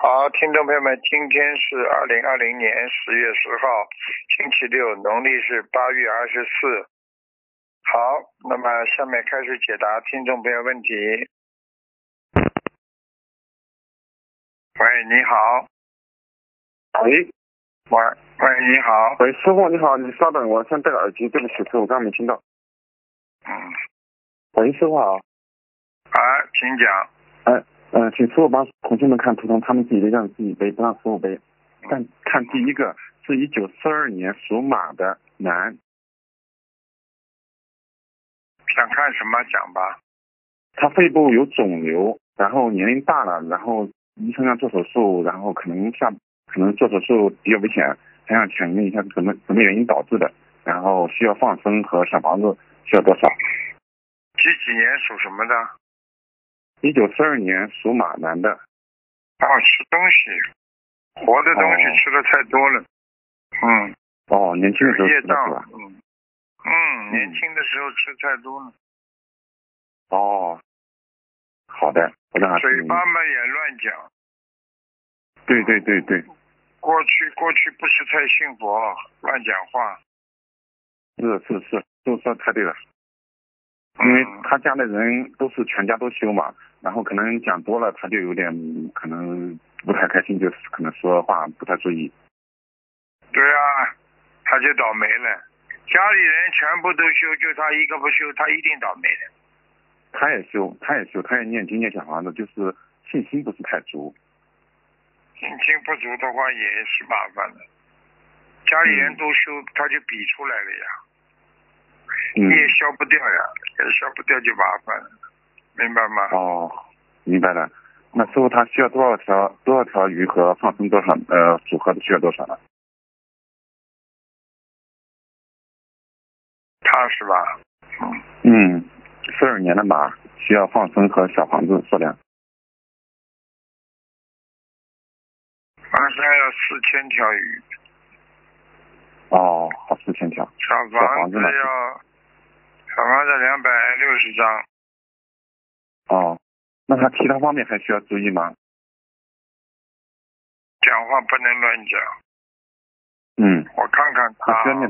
好，听众朋友们，今天是二零二零年十月十号，星期六，农历是八月二十四。好，那么下面开始解答听众朋友问题。喂，你好，喂喂喂，你好，喂，师傅你好，你稍等，我先戴个耳机，对不起，师傅我刚刚没听到。嗯，喂，师傅好，啊，请讲，呃，请师傅帮同学们看图腾，他们自己背让自己背，不让师傅背。但看第一个是一九四二年属马的男，想看什么讲吧。他肺部有肿瘤，然后年龄大了，然后医生要做手术，然后可能下可能做手术比较危险，想想请问一下是什么什么原因导致的，然后需要放生和小房子需要多少？几几年属什么的？哦，一九四二年属马男的，吃东西，活的东哦西吃的太多了。嗯。哦，年轻的时候业知道障是吧？，嗯嗯，年轻的时候吃太多了，嗯哦，好的，我让他嘴听巴嘛也乱讲。对对对对，过去过去不是太信佛，乱讲话。是是是，都说太对了，嗯因为他家的人都是全家都修嘛，然后可能讲多了，他就有点可能不太开心，就是可能说话不太注意。对啊，他就倒霉了。家里人全部都修，就他一个不修，他一定倒霉的。他也修，他也修，他也念经念小房子，就是信心不是太足。信心不足的话也是麻烦的。家里人嗯都修，他就比出来了呀，嗯，也消不掉呀，也消不掉就麻烦了，明白吗？哦，明白了。那师傅他需要多少条多少条鱼和放生多少呃组合的需要多少呢？他是吧？嗯。嗯，四二年的马需要放生和小房子数量。马上要四千条鱼，哦，好，四千条。小房子小房子呢要小房子两百六十张，哦，那他其他方面还需要注意吗？讲话不能乱讲。嗯，我看看他他，需要念。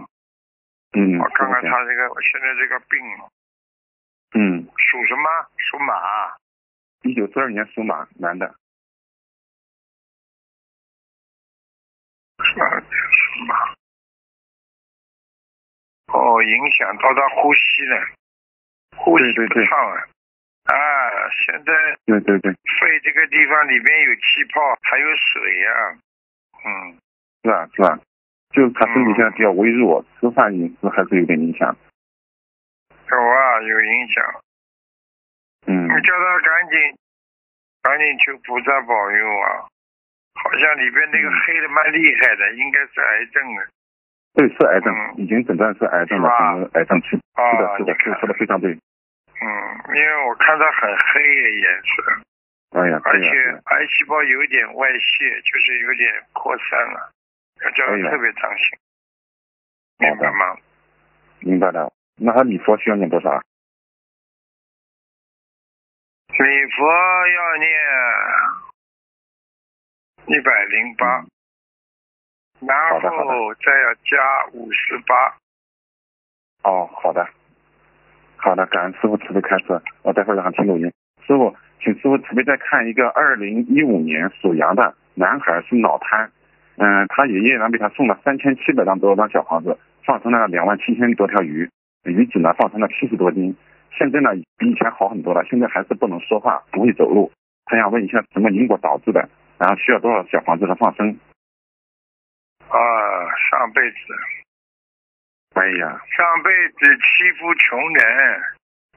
嗯，啊我看看是这样。他这个现在这个病嗯，属什么？属马，一九四二年属马，男的。属马。哦，影响到他呼吸了，呼吸对对不对畅了。啊，现在对对对，肺这个地方里边有气泡，还有水呀、嗯，是啊是啊，就是他身体现在比较微弱，吃饭饮食还是有点影响。有啊，有影响。嗯，你叫他赶紧，赶紧求菩萨保佑啊！好像里边那个嗯黑的蛮厉害的，应该是癌症的对，是癌症，嗯已经诊断是癌症了，是吧可能癌症去。啊是的，！是你的，看是，说的非常对。嗯，因为我看他很黑的颜色，哎呀，而对呀、对且呀癌细胞有一点外泄，就是有点扩散了，要叫哎他呀特别当心，好明的白吗？明白了。那他礼佛需要念多少啊？礼佛要念嗯一百零八，然嗯好的好的后再要加五十八。哦，好的，好的，感恩师傅慈悲开示，我待会儿让他听录音。师傅，请师傅慈悲再看一个二零一五年属羊的男孩是脑瘫，嗯、他爷爷呢给他送了三千七百张多张小房子，放生了两万七千多条鱼，鱼子呢放生了七十多斤，现在呢比以前好很多了，现在还是不能说话，不会走路。他想问一下什么因果导致的，然后需要多少小房子和放生？啊，上辈子，哎呀，上辈子欺负穷人，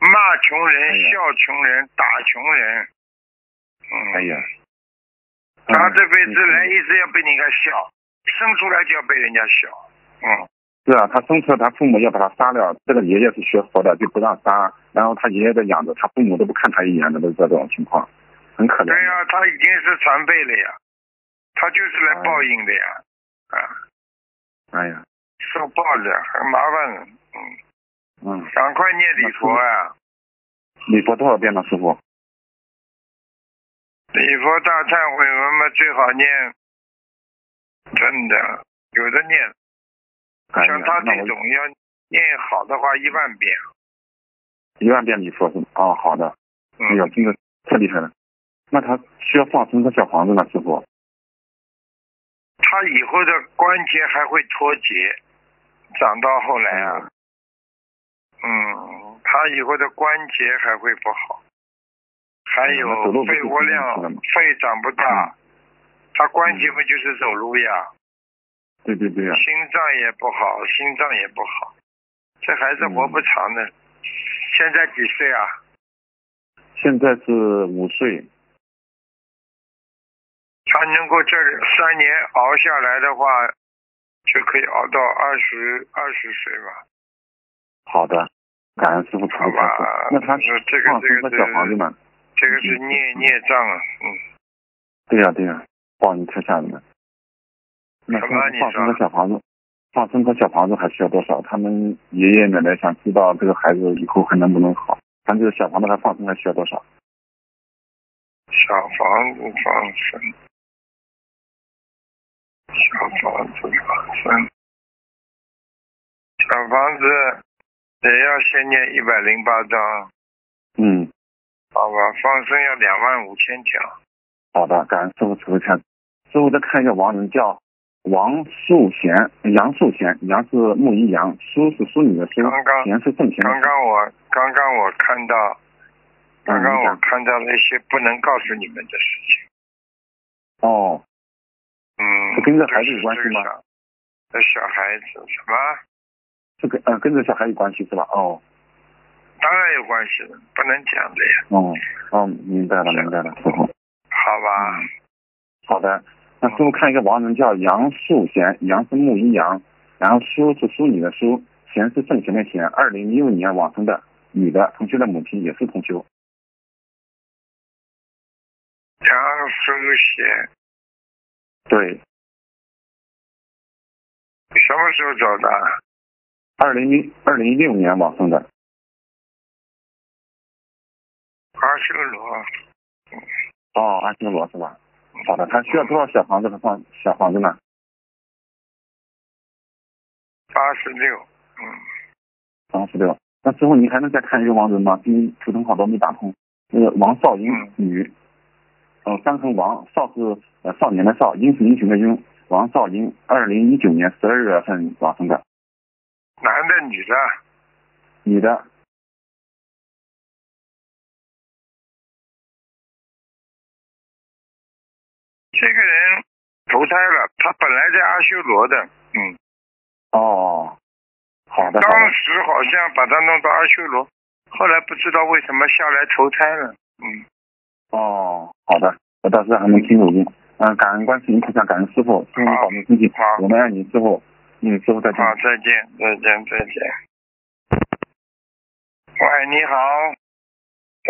骂穷人，哎呀笑穷人，打穷人。嗯，哎呀，他嗯这辈子嗯人一直要被人家笑，生出来就要被人家笑。嗯，是啊，他生出来，他父母要把他杀掉。这个爷爷是学佛的，就不让杀。然后他爷爷在养着，他父母都不看他一眼的，都是这种情况，很可怜对。呀、他已经是残废了呀，他就是来报应的呀，啊，哎呀，受报的很麻烦的。嗯，嗯，赶快念礼佛啊，你佛多少遍了，师傅？礼佛大忏悔文嘛，最好念真的，有的念，哎呀像他，那这我种要念好的话一万遍。一万遍你说是哦，好的。哎嗯，呀，这个太厉害了。那他需要放生的小房子吗，师傅？他以后的关节还会脱节，长到后来啊，哎嗯，他以后的关节还会不好，还有嗯那走路不肺是活不能量吃的吗肺长不大，他关节嗯不就是走路呀？对对对呀、心脏也不好，心脏也不好，这孩子嗯活不长的。现在几岁啊？现在是五岁，他能够这三年熬下来的话，就可以熬到二十二十岁吧，好的，感恩师傅慈好悲开示吧？那他说呃这个放这生个的是小房子呢？这个是孽孽障啊，嗯，对呀、对呀、报应太吓人了。那什他么们你放生说和小房子，放生和小房子还需要多少？他们爷爷奶奶想知道这个孩子以后还能不能好？他这个小房子还放生还需要多少？小房子放生，小房子放生，小房子也要先念一百零八章，嗯，好吧？放生要两万五千条。好的，感恩师傅慈悲看。师傅再看一个亡人叫王素贤，杨素贤，杨是木一杨，淑是淑女的淑，刚刚贤是圣贤的刚贤。刚我刚刚我看到，刚刚嗯嗯我看到了一些不能告诉你们的事情。哦，嗯，这跟这孩子有关系吗就是这个小？这小孩子什么？这个呃跟这小孩有关系是吧？哦，当然有关系了，不能讲的呀，哦，哦，明白了，明白了，师傅。好吧？嗯好的，那师傅看一个亡人叫杨素贤，杨是木一杨，然后淑是淑女的淑，贤是圣贤的贤。二零一五年往生的女的，同修的母亲也是同修。杨淑贤对，什么时候走的？二零一二零一六年往生的。阿修罗，哦，阿修罗是吧？好的，他需嗯要多少小房子和放小房子呢？八十六。嗯，然后是六。那师傅您还能再看一个亡人吗？今普通话都没打通。那个王少英嗯，女，呃，三横王，少是呃少年的少，英是英雄的英，王少英，二零一九年十二月份往生的。男的女的？女的，这个人投胎了，他本来在阿修罗的。嗯，哦，好的，好当的，时好像把他弄到阿修罗，后来不知道为什么下来投胎了。嗯，哦，好的，我到时候还能听录音。嗯、感恩观世音菩萨，感恩师傅，师傅好保重身体，好我们爱你，师傅，嗯，师傅再见。好，啊再见，再见，再见。喂，你好，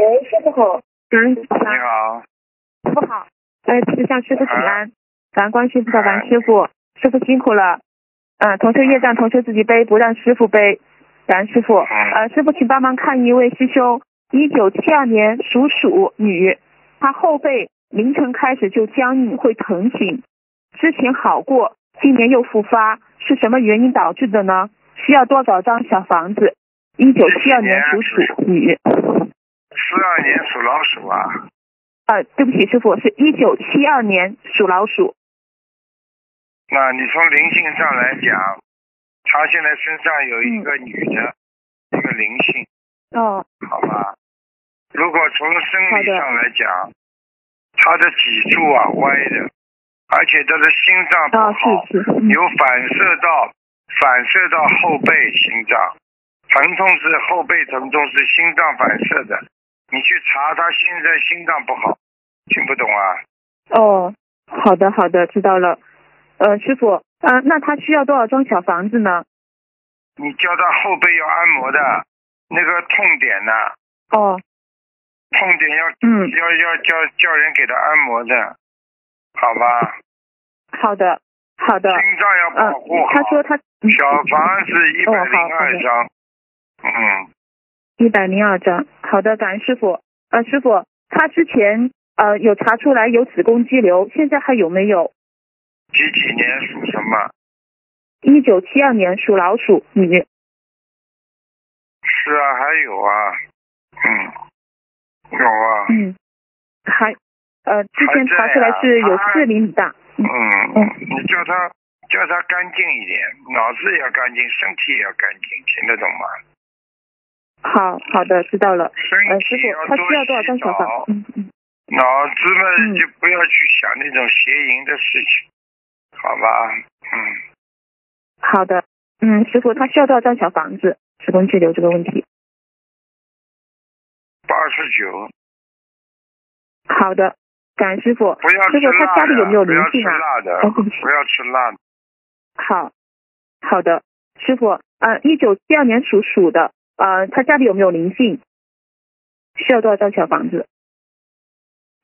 喂，师傅好，感恩菩你萨，好，啊师傅好，呃，慈祥师傅请安，感恩观世音菩萨，感恩师傅，师傅辛苦了，嗯、同修业障同修自己背，不让师傅背，感恩师傅，嗯呃，师傅请帮忙看一位师兄，一九七二年属鼠女，她后背凌晨开始就僵硬，会疼醒，之前好过，今年又复发，是什么原因导致的呢？需要多少张小房子？一九七二年属鼠女。四二年属老鼠啊，呃，对不起，师傅，是一九七二年属老鼠。那你从灵性上来讲，他现在身上有嗯一个女的，一个灵性，哦，好吧？如果从生理好的上来讲，他的脊柱啊歪的，而且他的心脏不啊，好，是是，哦嗯有反射到反射到后背心脏，疼痛是后背疼痛是心脏反射的。你去查他现在心脏不好，听不懂啊？哦，好的好的，知道了。呃，师傅，呃，那他需要多少张小房子呢？你叫他后背要按摩的，那个痛点呐、哦，痛点要嗯，要要叫叫人给他按摩的，好吧？好的好的，心脏要嗯、保护好。他说他小房子一哦百零好好二的张，嗯，一百零二张。好的，感恩师傅。呃，师傅，他之前呃，有查出来有子宫肌瘤，现在还有没有？几几年属什么？一九七二年属老鼠，女。是啊，还有啊，嗯，有啊，嗯，还呃，之还前在查出来啊是有还四厘米大。嗯，你叫他叫他干净一点，脑子也要干净，身体也要干净，听得懂吗？好好的，知道了。身呃，师体傅，他多需要多少张洗小澡房？，嗯嗯，脑子嘛嗯就不要去想那种邪淫的事情，好吧？嗯，好的。嗯，师傅，他需要多少张小房子？子宫肌瘤这个问题。八十九，好的，感恩师傅。不要师吃傅，他辣家里有没的，有不灵要吃性啊？辣的哦，对不起不要吃辣的，好，好的，师傅，呃，一九七二年属鼠的，呃，他家里有没有灵性？需要多少张小房子？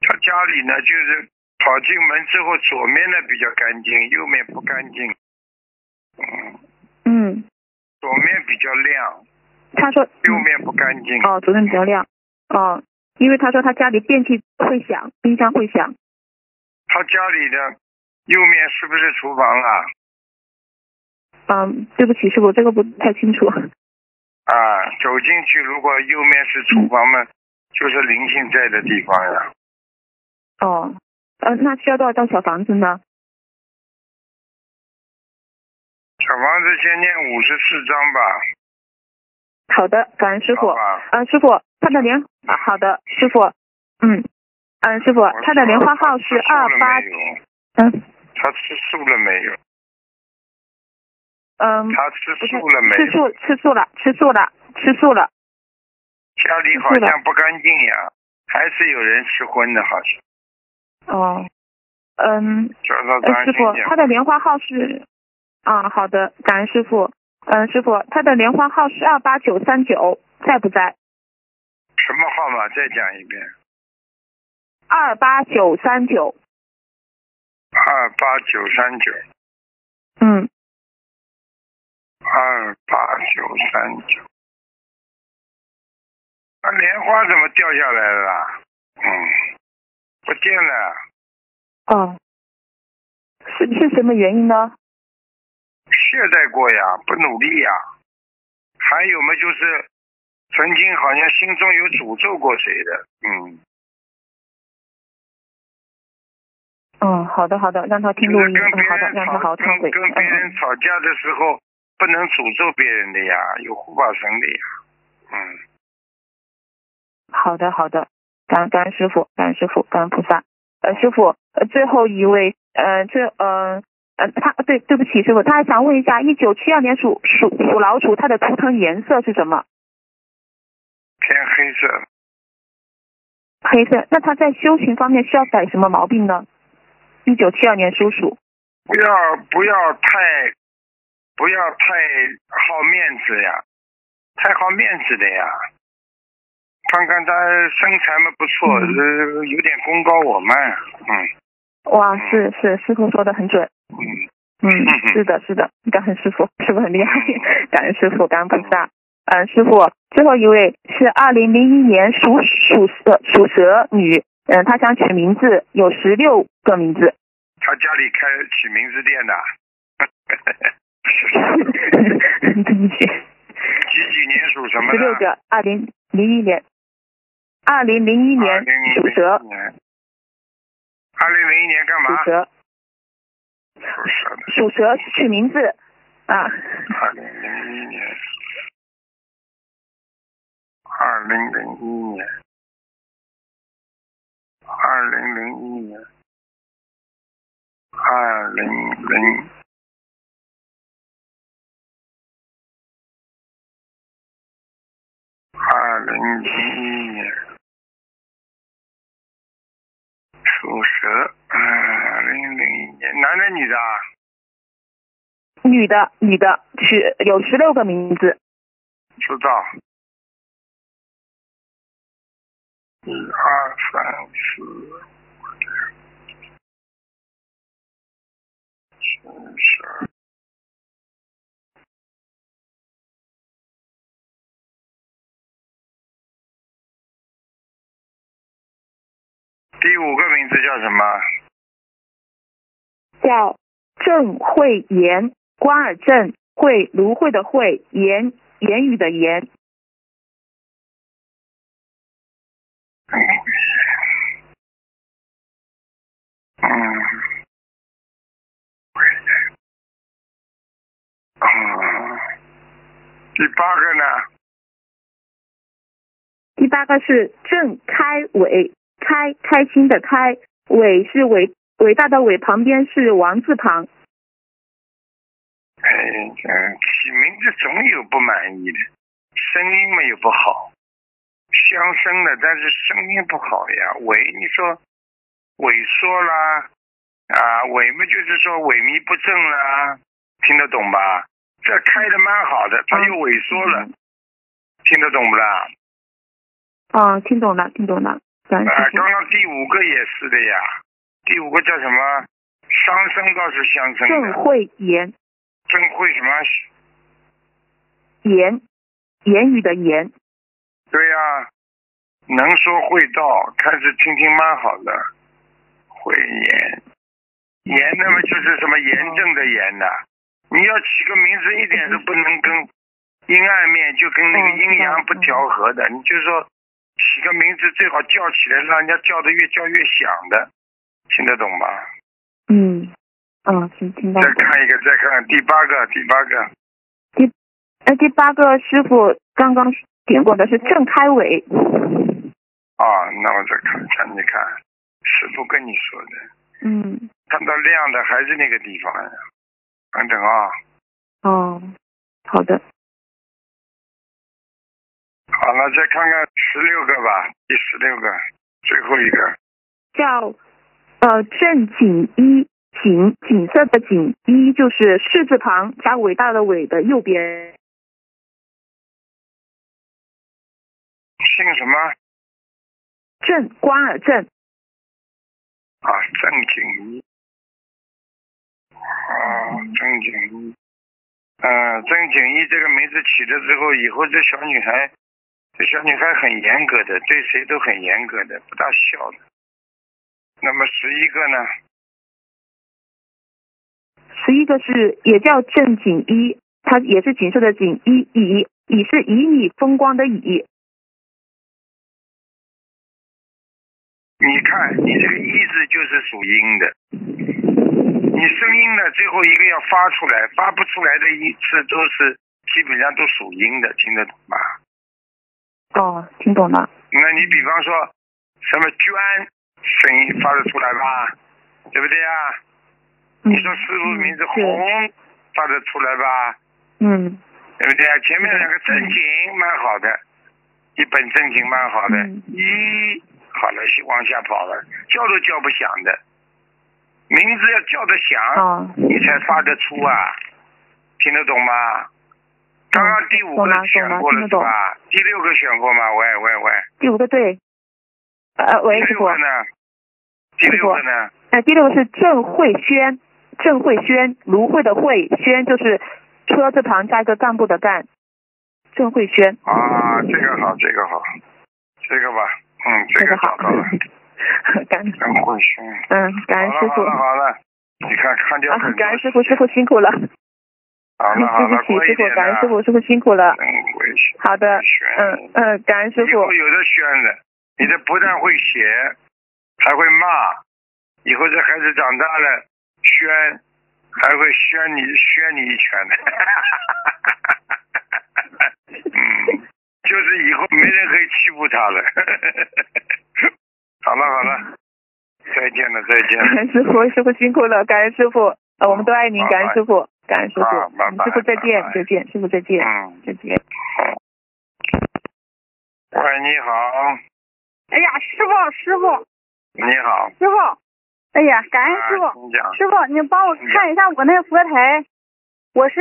他家里呢就是跑进门之后，左面呢比较干净，右面不干净，嗯，嗯，左面比较亮，他说，右嗯面不干净，哦，昨天比较亮，哦，因为他说他家里电器会响，冰箱会响，他家里的右面是不是厨房啊？嗯，对不起，师傅，这个不太清楚。啊，走进去如果右面是厨房嗯嘛，就是灵性在的地方呀。哦，呃，那需要多少张小房子呢？小房子先念五十四章吧，好的，感恩师傅。好吧？啊，师傅，他的莲啊，好的，师傅，嗯，嗯，师傅我，他的莲花号吃是素二了八，没有？嗯他吃素了没有？嗯，他吃不是素了没吃有？素吃素了，吃素了，吃素了。家里好像不干净呀，还是有人吃荤的，好像。哦，嗯，叫他呃，当师心傅，点他。的莲花号是，啊，好的，感恩师傅。嗯，师傅，他的莲花号是二八九三九，在不在？什么号码？再讲一遍。二八九三九，二八九三九，嗯，二八九三九。那莲花怎么掉下来了啊？嗯，不见了。哦，是是什么原因呢？懈怠过呀，不努力呀。还有嘛，就是曾经好像心中有诅咒过谁的，嗯，嗯，好的好的，让他听就录是音，跟嗯别，好的，人让他吵，好好忏跟悔，跟别嗯人嗯，吵架的时候，不能诅咒别人的呀，有护法神的呀，嗯。好的好的，感感恩师傅，感恩师傅，感恩菩萨，呃，师傅，呃，最后一位，呃，这呃呃，他对对不起师傅，他还想问一下，一九七二年属属属老鼠，它的图腾颜色是什么？偏黑色，黑色。那他在修行方面需要改什么毛病呢？一九七二年属鼠，不要不要太，不要太好面子呀，太好面子的呀。看看他身材嘛不错，嗯呃有点功高我慢，嗯哇，是是，师傅说的很准，嗯。嗯嗯，是的，是的，感恩师傅，师傅很厉害，感恩师傅，感恩菩萨。嗯，师傅，最后一位是二零零一年属属蛇属蛇女，嗯，她想取名字，有十六个名字。 他家里开起名字店的，对不起，几几年属什么十的？六个，二零零一年，二零零一年2001属蛇，年。二零零一年干嘛属？蛇，属蛇的。属蛇取名字啊，二零零一年。二零零一年。二零零一年。二零零。二零零一年，属蛇，嗯，二零零一年，男的女的啊？女的女的取有十六个名字，知道。一嗯二三四五六七十二。第五个名字叫什么？叫郑慧妍，关尔郑，慧芦荟的慧，言言语的言。嗯，嗯，第八个呢？第八个是郑开伟，开开心的开，伟是伟伟大的伟，旁边是王字旁。哎，嗯，起名字总有不满意的，声音嘛又不好，相生的，但是声音不好呀。喂，你说萎缩啦，啊，萎嘛就是说萎靡不振啦，听得懂吧？这开的蛮好的，它又萎缩了，听得懂不啦？哦，听懂了，嗯听懂了，感啊，谢。刚刚第五个也是的呀，第五个叫什么？相生倒是相生郑的，慧妍，郑慧什么？言言语的言。对呀、能说会道，开始听听蛮好的。会言，言那么就是什么炎症的炎呐、你要起个名字一点都不能跟阴暗面就跟那个阴阳不调和嗯的，你就说起个名字最好叫起来，让人家叫的越叫越响的，听得懂吧？嗯，嗯，听听到再过。看一个，再看看第八个，第八个，那第八个师傅刚刚点过的是郑开伟，啊、那我再看看，你看，师傅跟你说的。嗯，看到亮的还是那个地方呀。等等啊，哦，好的，好了，再看看十六个吧，第十六个，最后一个。叫呃郑锦衣，锦锦色的锦，衣就是士字旁加伟大的伟的右边，姓什么？郑关尔郑，啊，郑景一。啊，郑景一。嗯、郑景一这个名字起了之后，以后这小女孩，这小女孩很严格的，对谁都很严格的，不大孝的。那么十一个呢？十一个是也叫郑锦衣，它也是锦色的锦，衣乙乙是旖旎风光的乙，你看，你这个一字就是属阴的，你声音呢，最后一个要发出来，发不出来的一次都是基本上都属阴的，听得懂吧？哦，听懂了，那你比方说什么娟，声音发得出来吧，对不对啊？嗯你说师傅名字红，发得出来吧，嗯，对不对啊？前面两个正经蛮好的，一本正经蛮好的，嗯一好了往下跑了，叫都叫不响的，名字要叫得响。哦，你才发得出啊，听得懂吗？刚刚第五嗯个懂了选过懂了听得了是懂吧？第六个选过吗？喂喂喂，第五个对，呃，喂，第师六傅个。呢？第六个呢？那哎第六个是郑慧轩，郑慧轩，芦荟的荟，轩就是车字旁加一个干部的干，郑慧轩，啊，这个好，这个好，这个吧，嗯，这这个个找好到了，， 感恩真会选。嗯，感恩好师了傅好了好了，你看看掉啊很，多感恩师傅，师傅辛苦了， 好了好对不了，起过一师点啊嗯的傅，感恩师，傅，师傅辛苦了，真会选，好的，嗯选，嗯，感恩师以傅，后有的选了，你这不但会写，还会骂，以后这孩子长大了，宣还会宣你宣你一拳的。 嗯，就是以后没人可以欺负他了。好了好了，再见了再见感了。恩 师傅，师傅辛苦了，感恩师傅，呃，我们都爱您，拜拜感恩师傅，感恩师傅啊拜，嗯拜师傅再见拜，拜再见，师傅再见，嗯，再见。喂，你好，哎呀，师傅，师傅，你好，师傅，哎呀，感恩啊师傅，请讲。师傅，你帮我看一下我那佛台，我是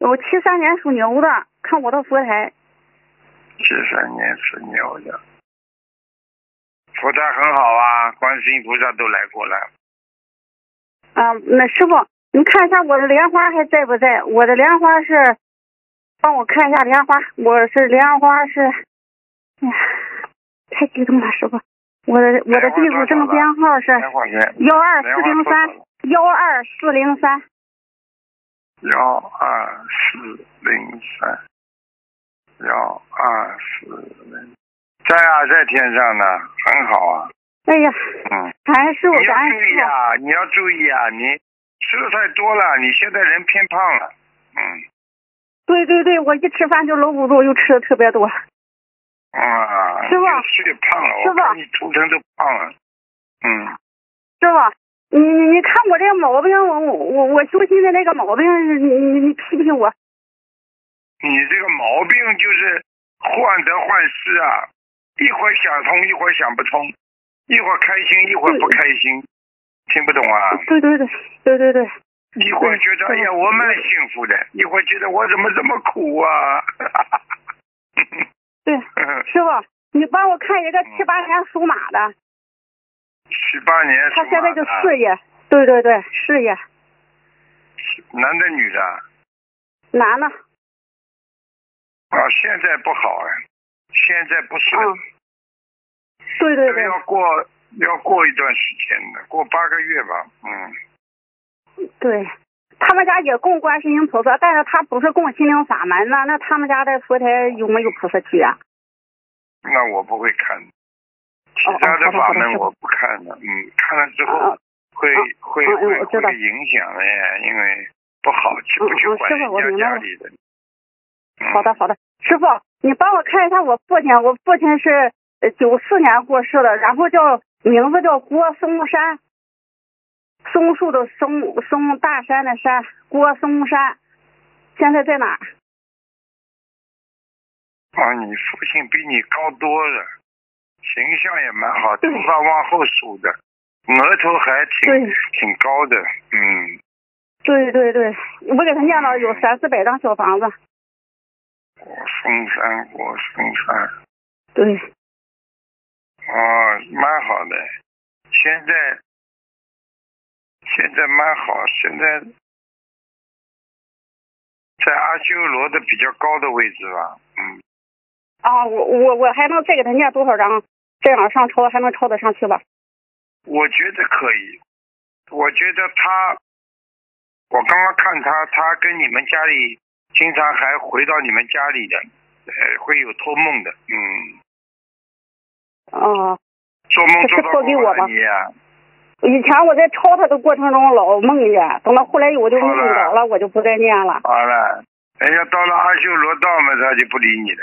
我七三年属牛的，看我的佛台，七三年属牛的，菩萨很好啊，观世音菩萨都来过了。啊、那师傅，你看一下我的莲花还在不在？我的莲花是，帮我看一下莲花，我是莲花是，哎呀，太激动了，师傅，我的我的地址证编号是莲花学幺二四零三幺二四零三。幺二四零三，幺二四零，在啊，在天上呢，很好啊。哎呀，嗯，感恩师傅，你要感恩注意师啊，你要注意啊，你吃的太多了，你现在人偏胖了。嗯傅。对对对，我一吃饭就搂不住，又吃的特别多。啊，师傅越吃越胖了，师我傅看你图腾都胖了。嗯，师傅，你你你看我这个毛病，我我我修心的那个毛病，你你你批评我。你这个毛病就是患得患失啊，一会儿想通，一会儿想不通，一会儿开心，一会儿不开心，听不懂啊？对对对对对嗯对，一会儿觉得哎呀我蛮嗯幸福的，一会儿觉得我怎么这么苦啊？ 对，师傅，你帮我看一个嗯七八年属马的，七八年属他现在马就的，事业，对对对，事业，男的女的啊，男的，现在不好啊，现在不顺，嗯，对对这个对，要过要过一段时间的，过八个月吧，嗯，对，他们家也供观世音菩萨，但是他不是供心灵法门呢。那他们家的佛台有没有菩萨去啊？那我不会看，其他的好的法好的门哦是我不看的，嗯，看了之后啊会啊会嗯会我知道会影响的呀，因为不好去不去嗯嗯管师人傅我明家白家了里嗯的，好的好的，师傅，你帮我看一下我父亲，我父亲是呃九四年过世的，然后叫名字叫郭松山，松树的松，松大山的山，郭松山，现在在哪儿？啊，你父亲比你高多了，形象也蛮好，头发往后梳的，额头还挺对挺高的，嗯，对对对，我给他念了有三四百张小房子，我松山，我松山，对，哦，蛮好的，现在现在蛮好，现在在阿修罗的比较高的位置吧，嗯，啊，我我我还能再给他念多少张？这样上超还能超得上去吧？我觉得可以，我觉得他，我刚刚看他，他跟你们家里经常还回到你们家里的，呃，会有托梦的，嗯，啊，做梦做这是到托给我过吗你呀、以前我在抄他的过程中老梦见，等到后来我就梦不着了，我就不再念了好了，人家到了阿修罗道嘛，他就不理你了。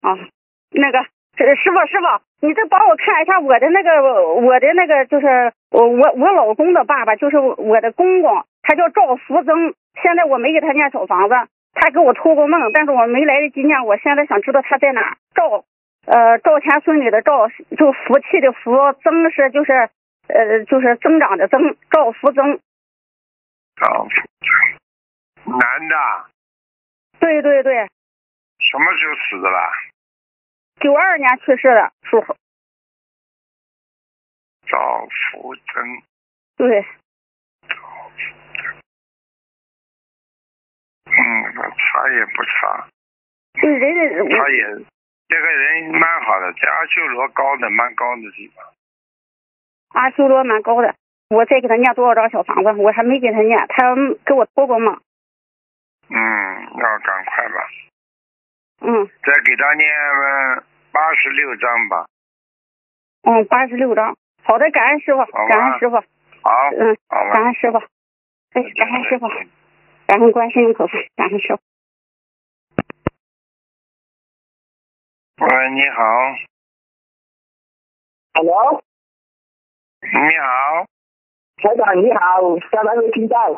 啊。那个呃师傅师傅，你再帮我看一下我的那个我的那个就是我我我老公的爸爸，就是我的公公，他叫赵福增。现在我没给他念小房子，他给我托过梦，但是我没来得及念。我现在想知道他在哪儿。赵，呃，赵钱孙女的赵，就福气的福，增是就是呃就是增长的增，赵福增。丈夫，男的，对对对，什么时候死的啦？九二年去世的，属猴。赵福增，对，嗯，差也不差，对人家他也这个人蛮好的，在阿修罗高的蛮高的地方。阿修罗蛮高的，我再给他念多少张小房子，我还没给他念，他给我托过梦。嗯，要赶快吧，嗯再给他念八十六章吧。嗯，八十六张。好的，感恩师傅，吧感恩师傅，啊好，嗯，好啊吧感。恩师傅，再哎，见感恩师傅再，见感恩观世音菩萨，感恩师傅。喂，你好。 Hello，你好，台长你好，台长没听到，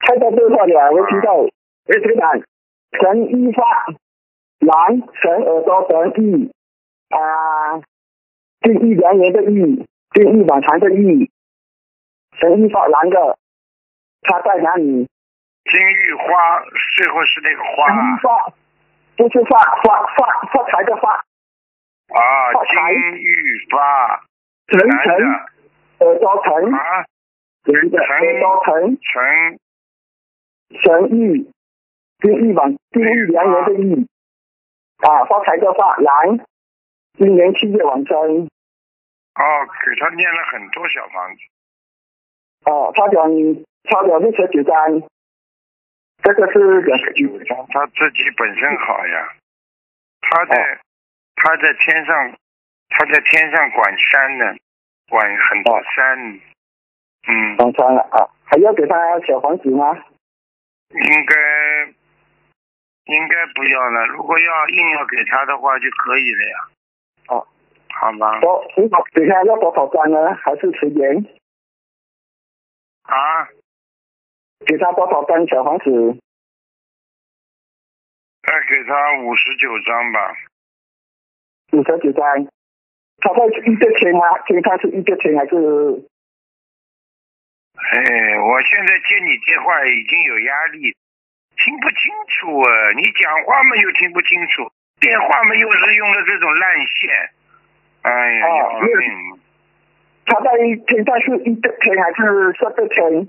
台长对错了，没听到。哎，台长，陈一发，狼，神耳朵神翼，啊，正义良言的义，正义晚长的义，陈一发狼的，他在哪里？金玉花最后是那个花啊陈一发，不是发发发发财的发，啊，发财金玉花，陈男陈的耳朵陈，啊，人的耳朵陈，陈神义，正义晚正义良言的义。啊，发财的发，狼，今年七月晚生，哦，给他念了很多小房子，哦，他讲他讲六十九张，这个是两十九张，他自己本身好呀，他在、哦他在天上，他在天上管山呢，管很多山，嗯，刚穿了啊，还要给他小房子吗？应该应该不要了，如果要硬要给他的话就可以了呀，哦，好吗？多多少？等一下要多少张呢？还是十元？啊，给他多少张小房子？再给他五十九张吧，五十九张。他在一个天吗？天他是一个天还是？哎，我现在接你电话已经有压力，听不清楚啊！你讲话嘛又听不清楚，电话嘛又是用的这种烂线，哎呀，哦要命！他在天上是一个天还是十个天？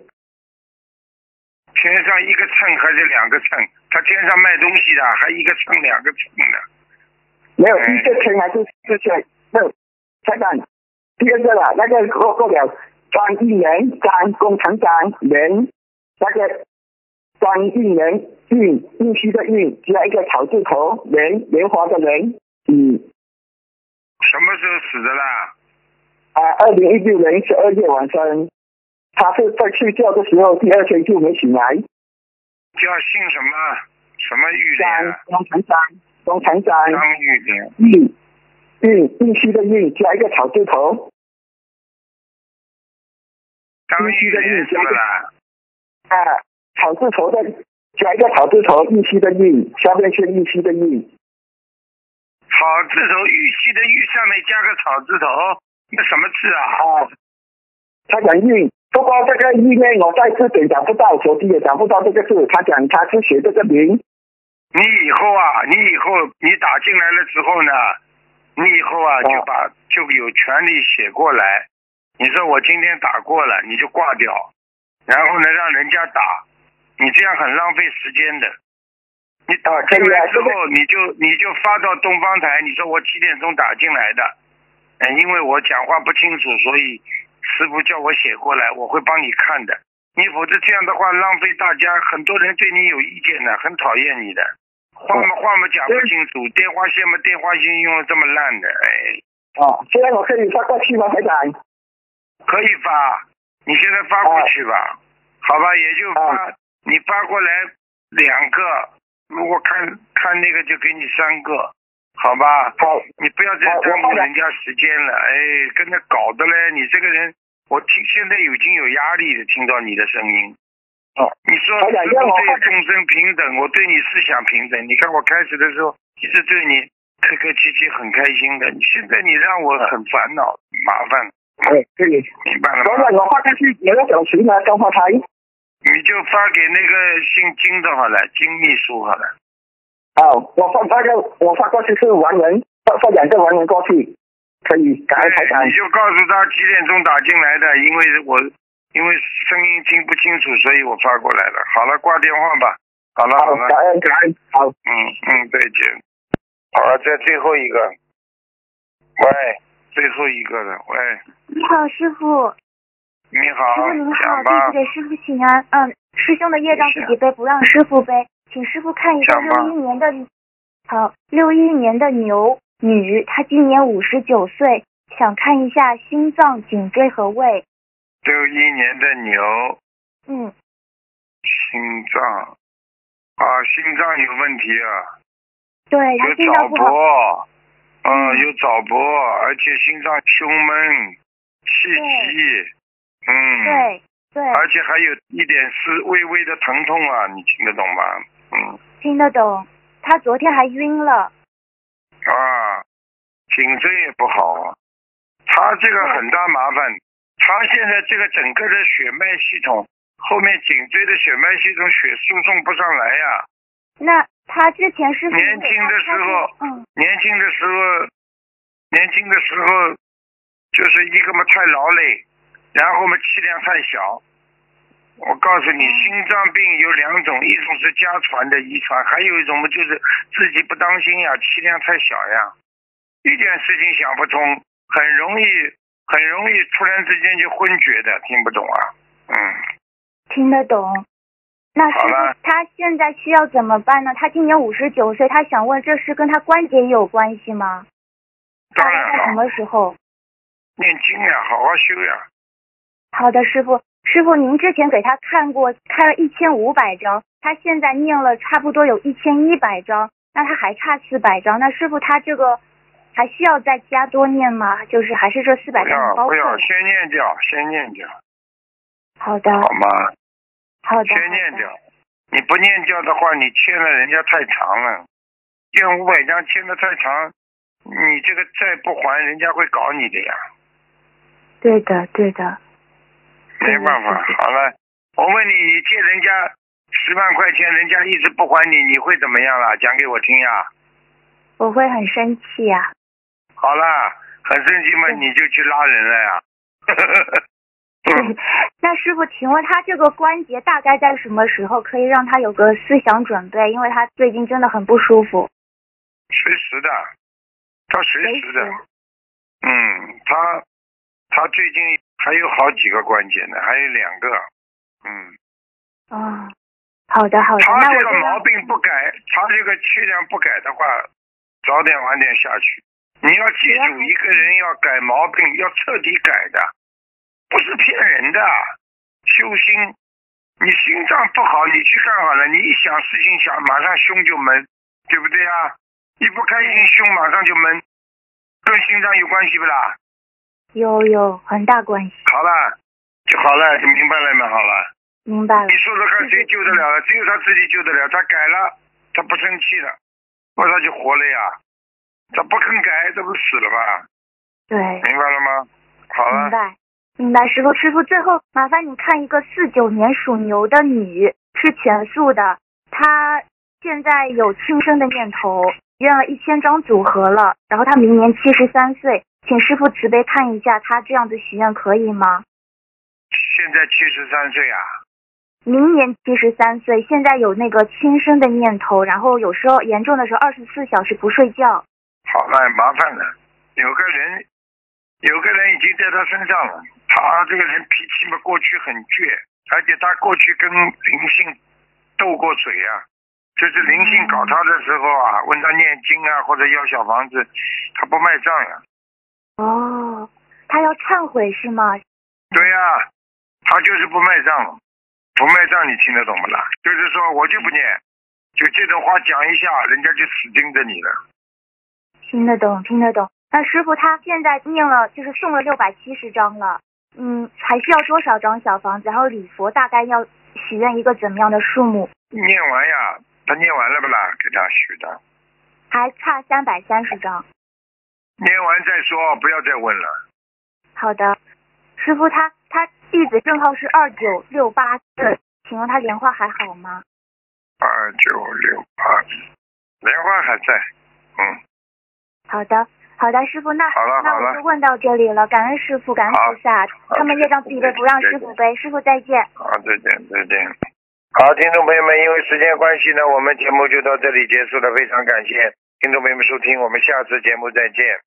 天上一个秤还是两个秤？他天上卖东西的，还一个秤两个秤呢。没有哎一个天还是四天？没有，太长。第二个了，那个过过了张一元张工程张元，那个张一元运运气的运，加一个草字头，莲莲花的莲，嗯什么时候死的啦？啊，二零一六年十二月晚上，他是在睡觉的时候，第二天就没醒来。叫姓什么？什么玉莲啊？张工程张工程张张玉莲。运运运气的运，加一个草字头，张玉莲是不啦？啊，草字头的加一个草字头，玉溪的玉，下面是玉溪的玉，草字头，玉器的玉上面加个草字头，那什么字啊？啊，他讲玉，不过这个玉呢，我在这边找不到，手机也找不到这个字。他讲他是写这个名，你以后啊，你以后你打进来了之后呢，你以后啊哦就把就有权利写过来。你说我今天打过了，你就挂掉，然后呢让人家打，你这样很浪费时间的。你打进来之哦对呀后，你就你就发到东方台，你说我几点钟打进来的？嗯，因为我讲话不清楚，所以师傅叫我写过来，我会帮你看的。你否则这样的话，浪费大家很多人对你有意见的，很讨厌你的。话嘛话嘛讲不清楚，电话线嘛电话线用的这么烂的，哎，啊，现在我可以发过去吗，台长？可以发，你现在发过去吧，好吧，也就发、你发过来两个，如果看看那个就给你三个，好吧，好，你不要再啊好我耽误发了人家时间了，哎，跟他搞的嘞，你这个人，我听现在已经有压力了，听到你的声音。哦，你说台师长傅让我对换众生平等，我对你思想平等。你看我开始的时候一直对你客客气气，很开心的，你现在你让我很烦恼，麻烦，哎，可以。明白了台吗长，？我发过去有个小时呢，刚发台。你就发给那个姓金的好了，金秘书好了。哦，我发发个，我发过去是完人，发发两个完人过去，可以，感恩台长哎，你。就告诉他几点钟打进来的，因为我因为声音听不清楚，所以我发过来了。好了，挂电话吧。好了好好，了，感恩感恩，好。嗯嗯，再见。好了，这最后一个，喂，最后一个了，喂，你好，师傅。你师好傅您，好，讲弟吧子，给师傅请安。嗯，师兄的业障自己背，不让师傅背，请师傅看一个讲吧六一年的，好，六一年的牛女，她今年五十九岁，想看一下心脏、颈椎和胃。六一年的牛，嗯，心脏，啊，心脏有问题啊，对，她哎心有早脏不好，搏，嗯，有早搏，而且心脏胸闷，气急，嗯，对对，而且还有一点是微微的疼痛啊，你听得懂吗？嗯，听得懂。她昨天还晕了，啊，颈椎也不好啊，他这个很大麻烦，他现在这个整个的血脉系统后面颈椎的血脉系统血输送不上来呀、那她之前师傅年轻的时候嗯，年轻的时候，年轻的时候就是一个嘛太劳累，然后嘛气量太小。我告诉你，嗯心脏病有两种，一种是家传的遗传，还有一种嘛就是自己不当心呀，气量太小呀，一点事情想不通，很容易很容易突然之间就昏厥的，听不懂啊。嗯，听得懂。那师好了傅，他现在需要怎么办呢？他今年五十九岁，他想问，这是跟他关节有关系吗？当大概在什然了，么时候？念经呀，好好修呀。好的，师傅，师傅，您之前给他看过，开了一千五百张，他现在念了差不多有一千一百张，那他还差四百张，那师傅他这个还需要再加多念吗？就是还是这四百不要张包不括？要，先念掉，先念掉，好的，好吗？好的，先念掉。你不念掉的话，你欠了人家太长了，欠五百张欠的太长，你这个债不还，人家会搞你的呀。对的，对的，没办法，好了，我问你，你借人家十万块钱，人家一直不还你，你会怎么样啦？讲给我听呀。我会很生气呀、好啦，很生气嘛，你就去拉人了呀。 嗯， 那师傅，请问他这个关节大概在什么时候可以让他有个思想准备？因为他最近真的很不舒服。随时的，他随时的随时。嗯，他他最近还有好几个关节呢，还有两个。嗯，哦，好的好的，他那这我个就毛让病不改，他这个气量不改的话，早点晚点下去。你要记住，一个人要改毛病，要彻底改的，不是骗人的。修心，你心脏不好，你去干好了，你一想事情想，马上胸就闷，对不对啊？一不开心，胸马上就闷，跟心脏有关系不啦？有有很大关系，好了，就好了，你明白了吗？好了。明白了你。说说看，谁救得了了？只有他自己救得了。他改了，他不生气了，那他就活了呀。他不肯改，这不是死了吗？对，明白了吗？好明了，白明白。师傅师傅，最后麻烦你看一个四九年属牛的女，是全素的，她现在有轻生的念头，念了一千张组合了，然后她明年七十三岁，请师傅慈悲看一下，她这样子许愿可以吗？现在七十三岁啊，明年七十三岁，现在有那个轻生的念头，然后有时候严重的时候二十四小时不睡觉。好了，麻烦了。有个人，有个人已经在他身上了。他这个人脾气嘛，过去很倔，而且他过去跟灵性斗过水啊。就是灵性搞他的时候啊，嗯问他念经啊，或者要小房子，他不卖账呀、哦，她要忏悔是吗？对呀、他就是不卖账，不卖账，你听得懂不啦？就是说我就不念，就这种话讲一下，人家就死盯着你了。听得懂，听得懂。那师傅他现在念了，就是送了六百七十张了，嗯，还需要多少张小房子？然后礼佛大概要许愿一个怎么样的数目？念完呀，他念完了不啦？给他许的，还差三百三十张。念完再说，不要再问了。好的，师傅他他弟子证号是二九六八四，请问他莲花还好吗？二九六八，莲花还在，嗯，好的，好的，师傅，那好了好那了我就问到这里了，感恩师傅，感恩好菩萨，他们业障自己背，不让再见师傅背，师傅再见。好，再见再见。好，听众朋友们，因为时间关系呢，我们节目就到这里结束了，非常感谢听众朋友们收听，我们下次节目再见。